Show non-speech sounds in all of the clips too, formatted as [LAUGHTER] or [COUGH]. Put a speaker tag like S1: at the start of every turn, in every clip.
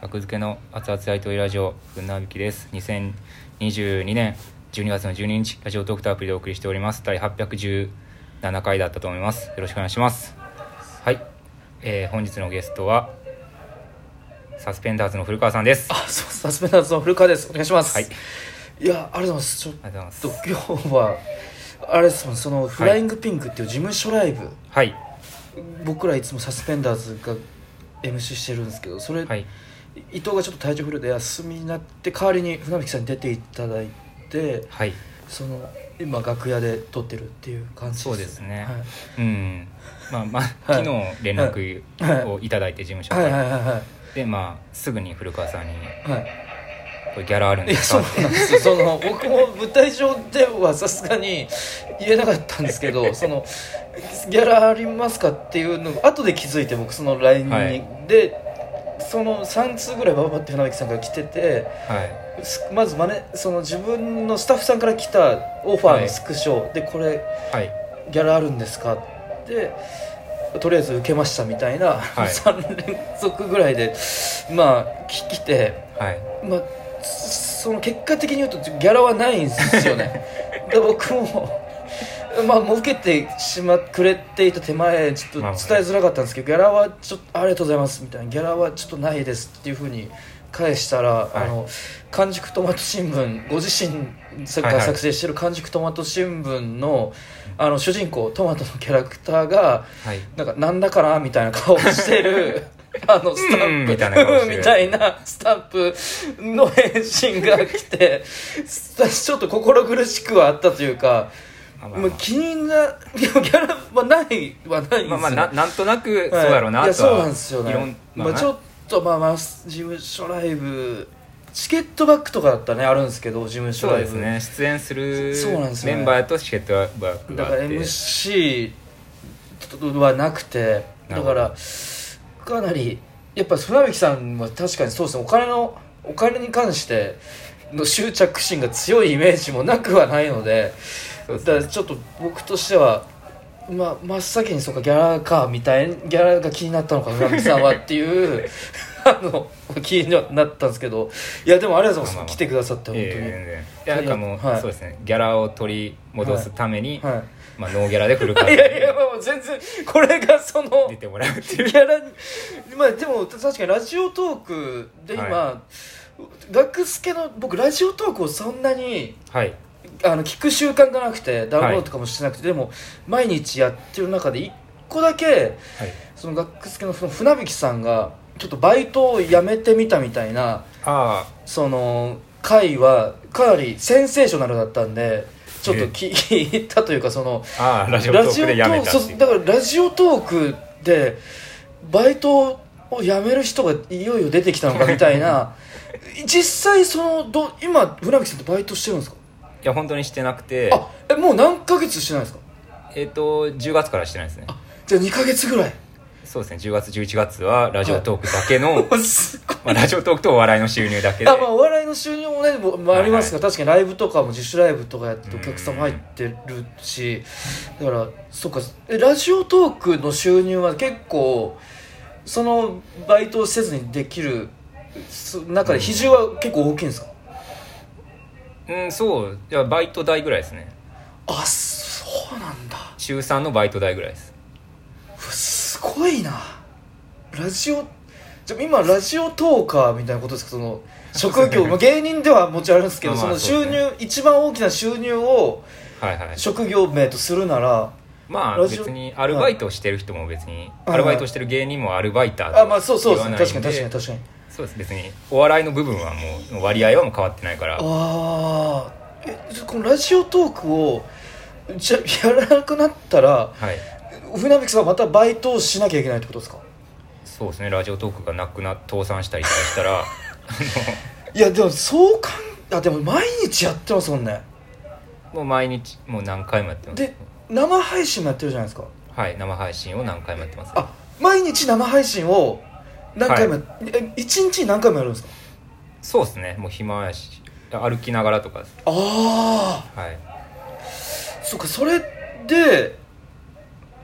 S1: 格付けの熱々大統領ラジオ群馬きです2022年12月の12日ラジオドクターアプリでお送りしております第817回だったと思いますよろしくお願いしますはい、えー本日のゲストはサスペンダーズの古川さんです
S2: あ
S1: あり、
S2: そう、サスペンダーズの古川です。お願いします。
S1: はい
S2: いや、ありがとうございます。ちょっ
S1: がとうございます
S2: と今日は、あれですもん、その、フライングピンクっていう事務所ライブ、
S1: はい
S2: 僕らいつもサスペンダーズが MC してるんですけど、それ、
S1: はい
S2: 伊藤がちょっと体調不良で休みになって、代わりに船引さんに出ていただいて、
S1: はい
S2: その、今、楽屋で撮ってるっていう感じ
S1: そうですねうんまあまあ
S2: は
S1: 昨
S2: い
S1: 日連絡をいただいて事務所
S2: はい、
S1: か
S2: はい、
S1: ら
S2: はい、はいは
S1: でまあすぐに古川さんに
S2: い。はい
S1: 「これギャラあるん
S2: い
S1: で
S2: や
S1: す
S2: そ
S1: か?」
S2: う
S1: って
S2: なんです [LAUGHS] よその僕も舞台上ではさすがに言えなかったんですけどそのギャラありますかっていうのを後で気づいて僕その LINE に、
S1: はい
S2: でその3通ぐらいババって船木さんから来てて
S1: はい
S2: すまずマネその自分のスタッフさんから来たオファーのスクショ、でこれ
S1: はい
S2: ギャラあるんですかってとりあえず受けましたみたい
S1: い
S2: な、 [LAUGHS] 3連続ぐらいでまあ聞きて。
S1: はい
S2: まあ、つその結果的に言うとギャラはないんです
S1: [LAUGHS]
S2: よねで僕もまあ儲けてしまくれていた手前ちょっと
S1: まあ
S2: 伝えづらかったんですけどギャラはちょっとありがとうございますみたいなギャラはちょっとないですっていうふうに返したら、
S1: い
S2: あの完熟トマト新聞ご自身さ
S1: はい
S2: が
S1: はい
S2: 作成してる完熟トマト新聞の,、あの主人公トマトのキャラクターが
S1: はい
S2: なんかなんだかなみたいな顔し
S1: [LAUGHS]
S2: てるあのスタ
S1: う
S2: ン
S1: ん
S2: プ
S1: みたいな顔してる
S2: みたいなスタンプの返信が来て [LAUGHS] ちょっと心苦しくはあったというか、
S1: まあまあま
S2: もう気になギャラはないはないんですよ
S1: あまあまあななんとなくそう
S2: はい
S1: やろうない
S2: や
S1: とは
S2: そうなんですよね
S1: いろんま
S2: まあ
S1: あな
S2: ちょっとまあまあ事務所ライブチケットバックとかだったらねあるんですけど事務所
S1: そう
S2: ライ
S1: で
S2: ブ
S1: すね出演する
S2: そうなんですよ
S1: メ
S2: ね
S1: ンバーやとチケットはバック
S2: だ
S1: があ
S2: から
S1: って
S2: MC はなくて
S1: な
S2: だ
S1: る
S2: か
S1: ほど
S2: らかなりやっぱ船引さんは確かにそうですねお金のお金に関しての執着心が強いイメージもなくはないので
S1: そうですね
S2: だからちょっと僕としては、ま、真っ先にそうかギャラかみたいなギャラが気になったのか船引さんはっていう
S1: [LAUGHS]
S2: あの気になったんですけどいやでもありがとうござい
S1: まあまあます
S2: ま
S1: あ
S2: 来てくださって本当に。
S1: ええ全然いやなんかもう、
S2: はい
S1: そうですねギャラを取り戻すために、
S2: はい
S1: まあ、ノーギャラで古川
S2: [LAUGHS] い
S1: さんに
S2: やいやもう全然これがその
S1: 出てもらうって
S2: ギ
S1: いう
S2: ャラにまあでも確かにラジオトークで今、
S1: は
S2: 学助の僕ラジオトークをそんなに
S1: はい
S2: あの聞く習慣がなくてダウンロードとかもしてなくて、でも毎日やってる中で一個だけ
S1: はい
S2: その学助のその船引さんがちょっとバイトを辞めてみたみたいな
S1: あ
S2: その回はかなりセンセーショナルだったんでちょっと聞 [LAUGHS] 聞いたというかその。
S1: あああラジオトークでやめた
S2: ラジオトー
S1: っ
S2: クそ
S1: ていうう
S2: だからラジオトークでバイトを辞める人がいよいよ出てきたのかみたい
S1: [LAUGHS]
S2: な実際そのど今船木さんってバイトしてるんですか
S1: いや本当にしてなくて
S2: あえもう何ヶ月してないですか
S1: えっ、と10月からしてないですね
S2: じゃあ2ヶ月ぐ
S1: [LAUGHS]
S2: らい
S1: そうですね10月11月はラジオトークだけの、
S2: [LAUGHS] もうすごい
S1: まあ、ラジオトークとお笑いの収入だけで
S2: あまあお笑いの収入もねもまあありますが、
S1: は
S2: 確かにライブとかも自主ライブとかやってお客さんも入ってるしだからそっかえラジオトークの収入は結構そのバイトをせずにできるそ中で比重は結構大きいんですか、
S1: うんそういやバイト代ぐらいですね
S2: あそうなんだ
S1: 中3のバイト代ぐらいです
S2: うわすごいなラジオじゃあ今ラジオトーカーみたいなことですかその職業、まあ、芸人ではもちろんあるんですけど、
S1: まあ
S2: そ
S1: ま
S2: の
S1: あ
S2: 収
S1: そう
S2: 入、
S1: で
S2: 一番大きな収入を
S1: はいはい
S2: 職業名とするなら
S1: まあ
S2: ラジオ
S1: 別にアルバイトをしてる人も別に
S2: はい
S1: アルバイトしてる芸人もアルバイターと
S2: あまあそうそうですね
S1: 言わない
S2: 確
S1: ん
S2: かに確かに確かに
S1: そうです別にお笑いの部分はもう割合はもう変わってないから
S2: ああえじゃあこのラジオトークをじゃやらなくなったら
S1: はい
S2: 船引さんはまたバイトをしなきゃいけないってことですか
S1: そうですねラジオトークがなくな倒産したりとかした
S2: [LAUGHS]
S1: らあ
S2: いやでもそうかんあでも毎日やってますもんね
S1: のもう毎日もう何回もやってます
S2: で生配信もやってるじゃないですか
S1: はい生配信を何回もやってます
S2: あ毎日生配信を何回もや、え一日に何回もやるんですか
S1: そうですねもう暇やし歩きながらとかです
S2: ああ
S1: はい
S2: そっかそれで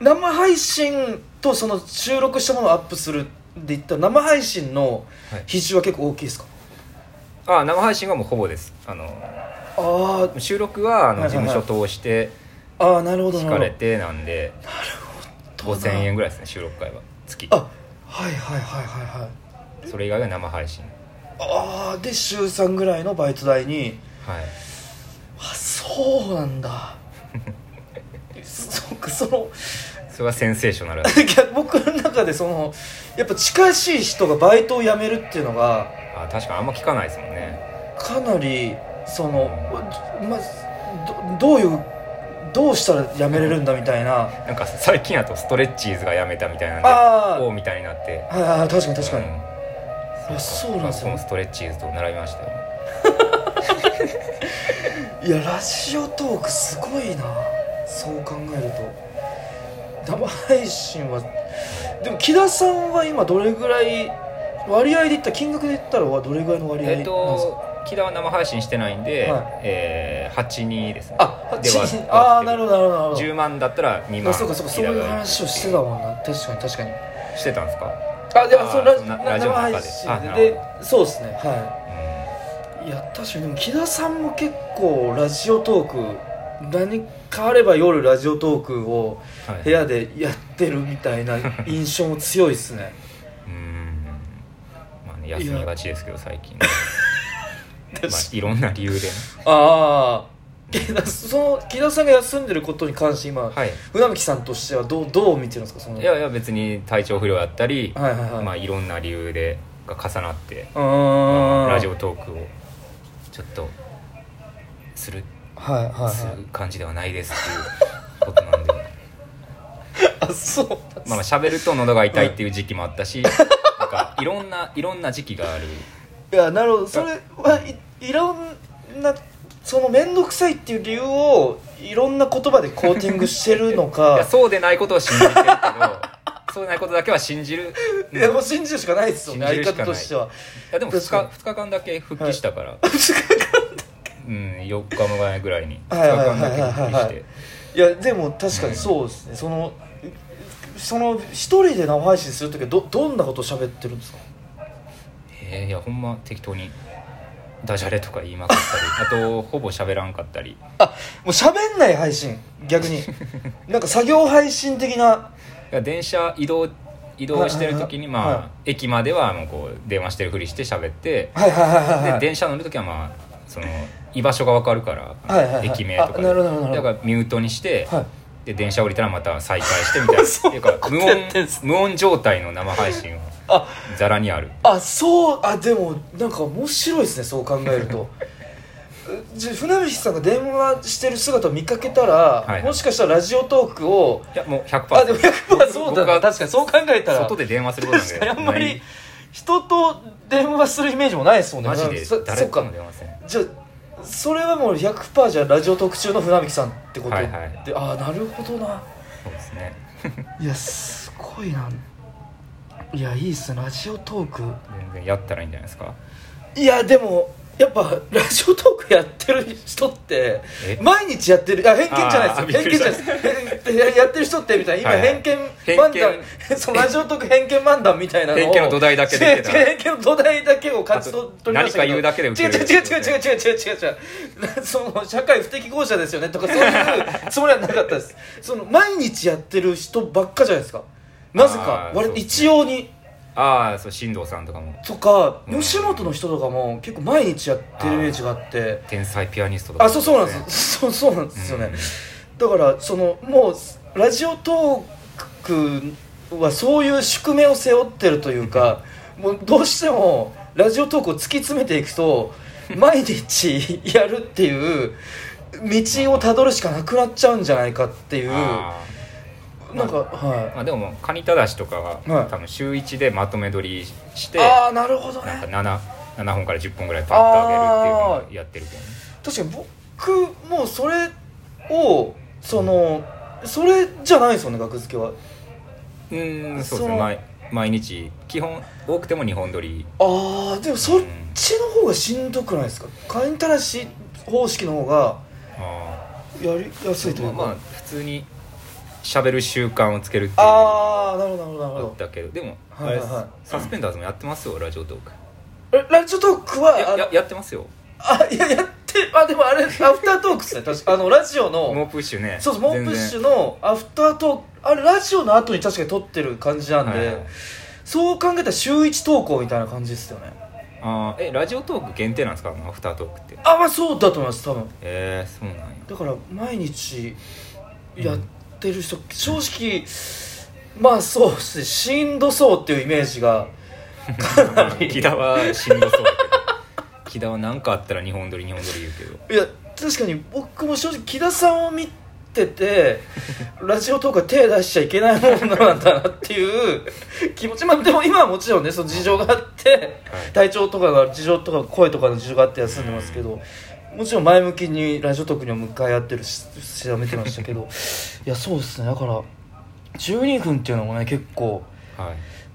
S2: 生配信とその収録したものをアップするで言ったら生配信の
S1: はい
S2: 比重は結構大きいですか、
S1: ああ生配信がもうほぼですあの
S2: あー
S1: 収録はあの
S2: は
S1: 事
S2: いはいはい
S1: 務所通して
S2: あーなるほど
S1: 引か
S2: なるほど
S1: れてなんで
S2: どうだ
S1: 5000円ぐらいですね収録会は月
S2: あはいはいはいはいはい
S1: それ以外が生配信
S2: ああで週3ぐらいのバイト代に
S1: はい
S2: あそうなん [LAUGHS] だそっかその [LAUGHS]
S1: それがセンセーショナルだ
S2: いや僕の中でそのやっぱ近しい人がバイトを辞めるっていうのが
S1: あ確かにあんま聞かないですもんね
S2: かなりその、ま、どどういうどうしたら辞めれるんだみたいなあ
S1: なんか最近やとストレッチーズがやめたみたいなんで
S2: あー
S1: おうみたいになって
S2: あ確かに確かに、
S1: うん
S2: いやそうなんですよ
S1: 僕もストレッチーズと並びましたよ
S2: いやラジオトークすごいなそう考えると生配信はでも木田さんは今どれぐらい割合で言ったら金額で言ったらはどれぐらいの割合なん
S1: え
S2: で
S1: っ
S2: すか、
S1: と木田は生配信してないんで、
S2: はい
S1: えー、82ですね
S2: ああ
S1: では
S2: ちあーなるほどなるほどなるほど
S1: 10万だったら2
S2: あ
S1: 万
S2: そうかそうかそう
S1: 木田
S2: いう
S1: が
S2: 話をしてたもんな確かに確かに
S1: してたんですか、
S2: あでも
S1: あー
S2: そのラ
S1: そ
S2: ジ
S1: んなラジオの
S2: 生
S1: 中で
S2: 配信
S1: あなる
S2: でそうですねは
S1: うん
S2: いいや確かにでも木田さんも結構ラジオトーク何かあれば夜ラジオトークを
S1: はい
S2: 部屋でやってるみたいな印象も強いですね
S1: うーんまあね休みがちですけど最近、ま
S2: 確か
S1: [LAUGHS] あ、いろんな理由でね、
S2: にああ木田その木田さんが休んでることに関して今、
S1: はい
S2: 船向さんとしてはどうどう見てるんですかその
S1: いやいや別に体調不良だったり、
S2: はいはいはい、
S1: まあいろんな理由でが重なって
S2: うーん
S1: ラジオトークをちょっとする
S2: はいはい
S1: す
S2: はい
S1: る感じではないですっていうことなん
S2: [LAUGHS]
S1: で
S2: あそうなんです
S1: まあまあ喋ると喉が痛いっていう時期もあった
S2: [LAUGHS]
S1: しなんかいろんないろんな時期がある
S2: いやなるほどそれはいいろんなその面倒くさいっていう理由をいろんな言葉でコーティングしてるの [LAUGHS]
S1: いや
S2: か
S1: そうでないことを信じてるけどそうでないことだけは信じる
S2: いやもう信じるしかないですよね
S1: 信じ
S2: 相
S1: るしかな
S2: 方
S1: い
S2: としてはい
S1: やでも
S2: 確
S1: 2,
S2: かに
S1: 日二日間だけ復帰したから、うん、4日も前ぐらいに2
S2: はいはい
S1: 日
S2: はい
S1: 間だ
S2: はい
S1: け
S2: はい
S1: 復帰して
S2: いやでも確かにそうですねそのその一人で生配信する時はどどんなことを喋ってるんですか
S1: えーいやほんま適当にダジャレとか言いまくった
S2: [LAUGHS]
S1: りあとほぼ喋らんかったり
S2: あもう喋んない配信逆 [LAUGHS] になんか作業配信的ない
S1: や電車移動移動してる時に
S2: はいはい
S1: ま
S2: はい
S1: あ、
S2: はい
S1: 駅まではもうこう電話してるふりして喋って、
S2: はいはいはいはい
S1: で電車乗る時はまあその居場所が分かるから、
S2: はいはいはい
S1: 駅名とかで
S2: あなるほどなるほど
S1: だからミュートにして、
S2: はい
S1: で電車降りたらまた再開してみたい
S2: [LAUGHS]
S1: な
S2: そん
S1: てい
S2: な
S1: うか
S2: こと
S1: 無
S2: やってん
S1: 音
S2: す
S1: 無音状態の生配信は
S2: あ
S1: ざらにある
S2: あそうあでもなんか面白いですねそう考えると [LAUGHS] えじゃあ船引さんが電話してる姿を見かけたら、
S1: いはい
S2: もしかしたらラジオトークを
S1: いやもう100%
S2: あでも100%そうだ
S1: 僕が
S2: な確かにそう考えたら
S1: 外で電話することなん
S2: 確
S1: で
S2: かにあんまり人と電話するイメージもないですもんね
S1: マジで
S2: そ
S1: 誰
S2: そっ
S1: と
S2: か
S1: も出ません
S2: じゃあそれはもう100%じゃあラジオトーク中の船引さんってこと
S1: は
S2: で、
S1: いはい
S2: ああなるほどな
S1: そうですね
S2: いやすごいないやいいっすねラジオトーク
S1: 全然やったらいいんじゃないですか
S2: いやでもやっぱ [LAUGHS] ラジオトークやってる人って
S1: え
S2: 毎日やってるあ偏見じゃないです
S1: あー
S2: よ偏見じゃ
S1: びっ
S2: ない
S1: [LAUGHS]
S2: ですややってる人ってみたいな今
S1: はいはい
S2: 偏見漫談、
S1: 偏
S2: [LAUGHS] そのラジオトーク偏見漫談みたいなの
S1: 偏
S2: を
S1: 見の土台だけで受けた
S2: [LAUGHS] 偏見の土台だけを勝ち取
S1: あと
S2: 取りましたけど
S1: 何か言うだけで受ける
S2: 違う違う違う違う違う違う違う違うその社会不適合者ですよねとかそういうつもりはなかったですその毎日やってる人ばっかじゃないですかなぜか
S1: あー
S2: 割
S1: そうですね
S2: 一様に
S1: ああそう進藤さんとかも
S2: とか
S1: うん
S2: 吉本の人とかも結構毎日やってるイメージがあって
S1: 天才ピアニストとか
S2: あそうそうなんです [LAUGHS] そうそうなんですよね、だからそのもうラジオトークはそういう宿命を背負ってるというかもうどうしてもラジオトークを突き詰めていくと毎日やるっていう道をたどるしかなくなっちゃうんじゃないかっていうな
S1: あー
S2: んかは
S1: まあでももうカニタダシとかは、
S2: はい
S1: 多分週1でまとめ撮りして
S2: いああなるほど
S1: なんか
S2: ね
S1: 7, 7本から10本ぐらいパッと上げるっていうのをやってるけどね
S2: 確かに僕もうそれをそのそれじゃないですよね額付けは
S1: うーんそうで
S2: そ
S1: す
S2: の
S1: ね毎毎日基本多くても2本撮り
S2: ああでもそっちの方がしんどくないですか会員たらし方式の方が
S1: あ
S2: やりやすいとい
S1: まあ
S2: うか、
S1: まあ普通に喋る習慣をつけるっていうの
S2: ああなるほどなるほどなるほ
S1: だっ
S2: ど
S1: たけどでもあ
S2: はい
S1: れ
S2: はいはい
S1: サスペンダーズもやってますよラジオトーク
S2: えラジオトークは
S1: や
S2: あ
S1: ややってますよ
S2: あいややってあでもあれアフタートークですね確かあのラジオの
S1: 猛プッシュね
S2: そうそうモープッシ
S1: ュ
S2: ュのアフタートークあれラジオの後に確かに撮ってる感じなんで、そう考えたら週一投稿みたいな感じですよね
S1: あーえラジオトーク限定なんですかあのアフタートークって
S2: あまあそうだと思います多分
S1: えー、そうなんや
S2: だから毎日やってる人、正直まあそうですねしんどそうっていうイメージがかな
S1: [LAUGHS]
S2: り
S1: 木田はしんどそうだけど木田は何かあったら日本撮り日本撮り言うけど
S2: いや確かに僕も正直木田さんを見て [LAUGHS] てラジオとか手出しちゃいけないものなんだなっていう気持ちまあでも今はもちろんねその事情があって体調とかが事情とか声とかの事情があって休んでますけどもちろん前向きにラジオ特には向かい合ってるし調べてましたけ [LAUGHS] どいやそうですねだから12分っていうのもね結構
S1: はい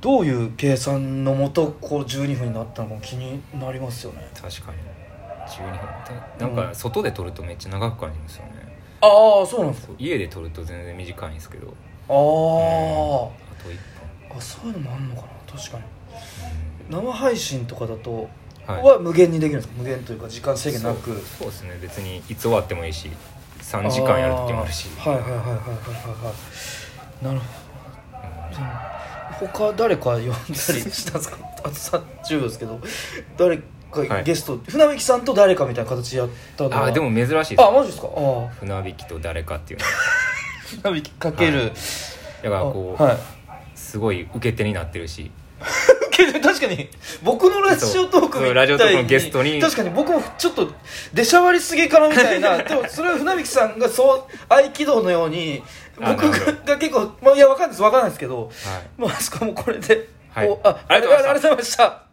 S2: どういう計算のもとこう12分になったのかも気になりますよね
S1: 確かに12分なんか外で撮るとめっちゃ長く感じますよね、
S2: ああそうなんですか
S1: そう家で撮ると全然短いんですけど
S2: ああ
S1: あと1
S2: あそういうのもあんのかな確かに
S1: 本、
S2: 生配信とかだと、
S1: うん
S2: は無限にできるんですか無限というか時間制限なく
S1: そうそうですね別にいつ終わってもいいし3時間やる時もあるし
S2: あーはいはいはいはいはいはいはいなる
S1: うん
S2: ほど他誰か呼んだりしたんですか [LAUGHS] あと30秒ですけど誰
S1: は
S2: か
S1: い
S2: ゲスト、船引さんと誰かみたいな形でやったのは
S1: あーでも珍しいです
S2: あマジですかあ
S1: 船引きと誰かっていうの
S2: あ船引かける、
S1: はいだから
S2: あ
S1: こう、
S2: はい
S1: すごい受け手になってるし
S2: けど確かに僕のラジオトークみたい
S1: そう
S2: に
S1: ラジオトークのゲストに
S2: 確かに僕もちょっと出しゃばりすぎかなみた
S1: [LAUGHS]
S2: いなでもそれは船引さんがそう合気道のように
S1: あ
S2: 僕
S1: なるほ
S2: がが結構、まあ、いやわかんないですわかんないですけ
S1: は
S2: ど
S1: い
S2: まああそこもこれで、
S1: はい
S2: おあ
S1: あ
S2: あ
S1: り
S2: り
S1: がとうご
S2: がとうご
S1: ざ
S2: ざいました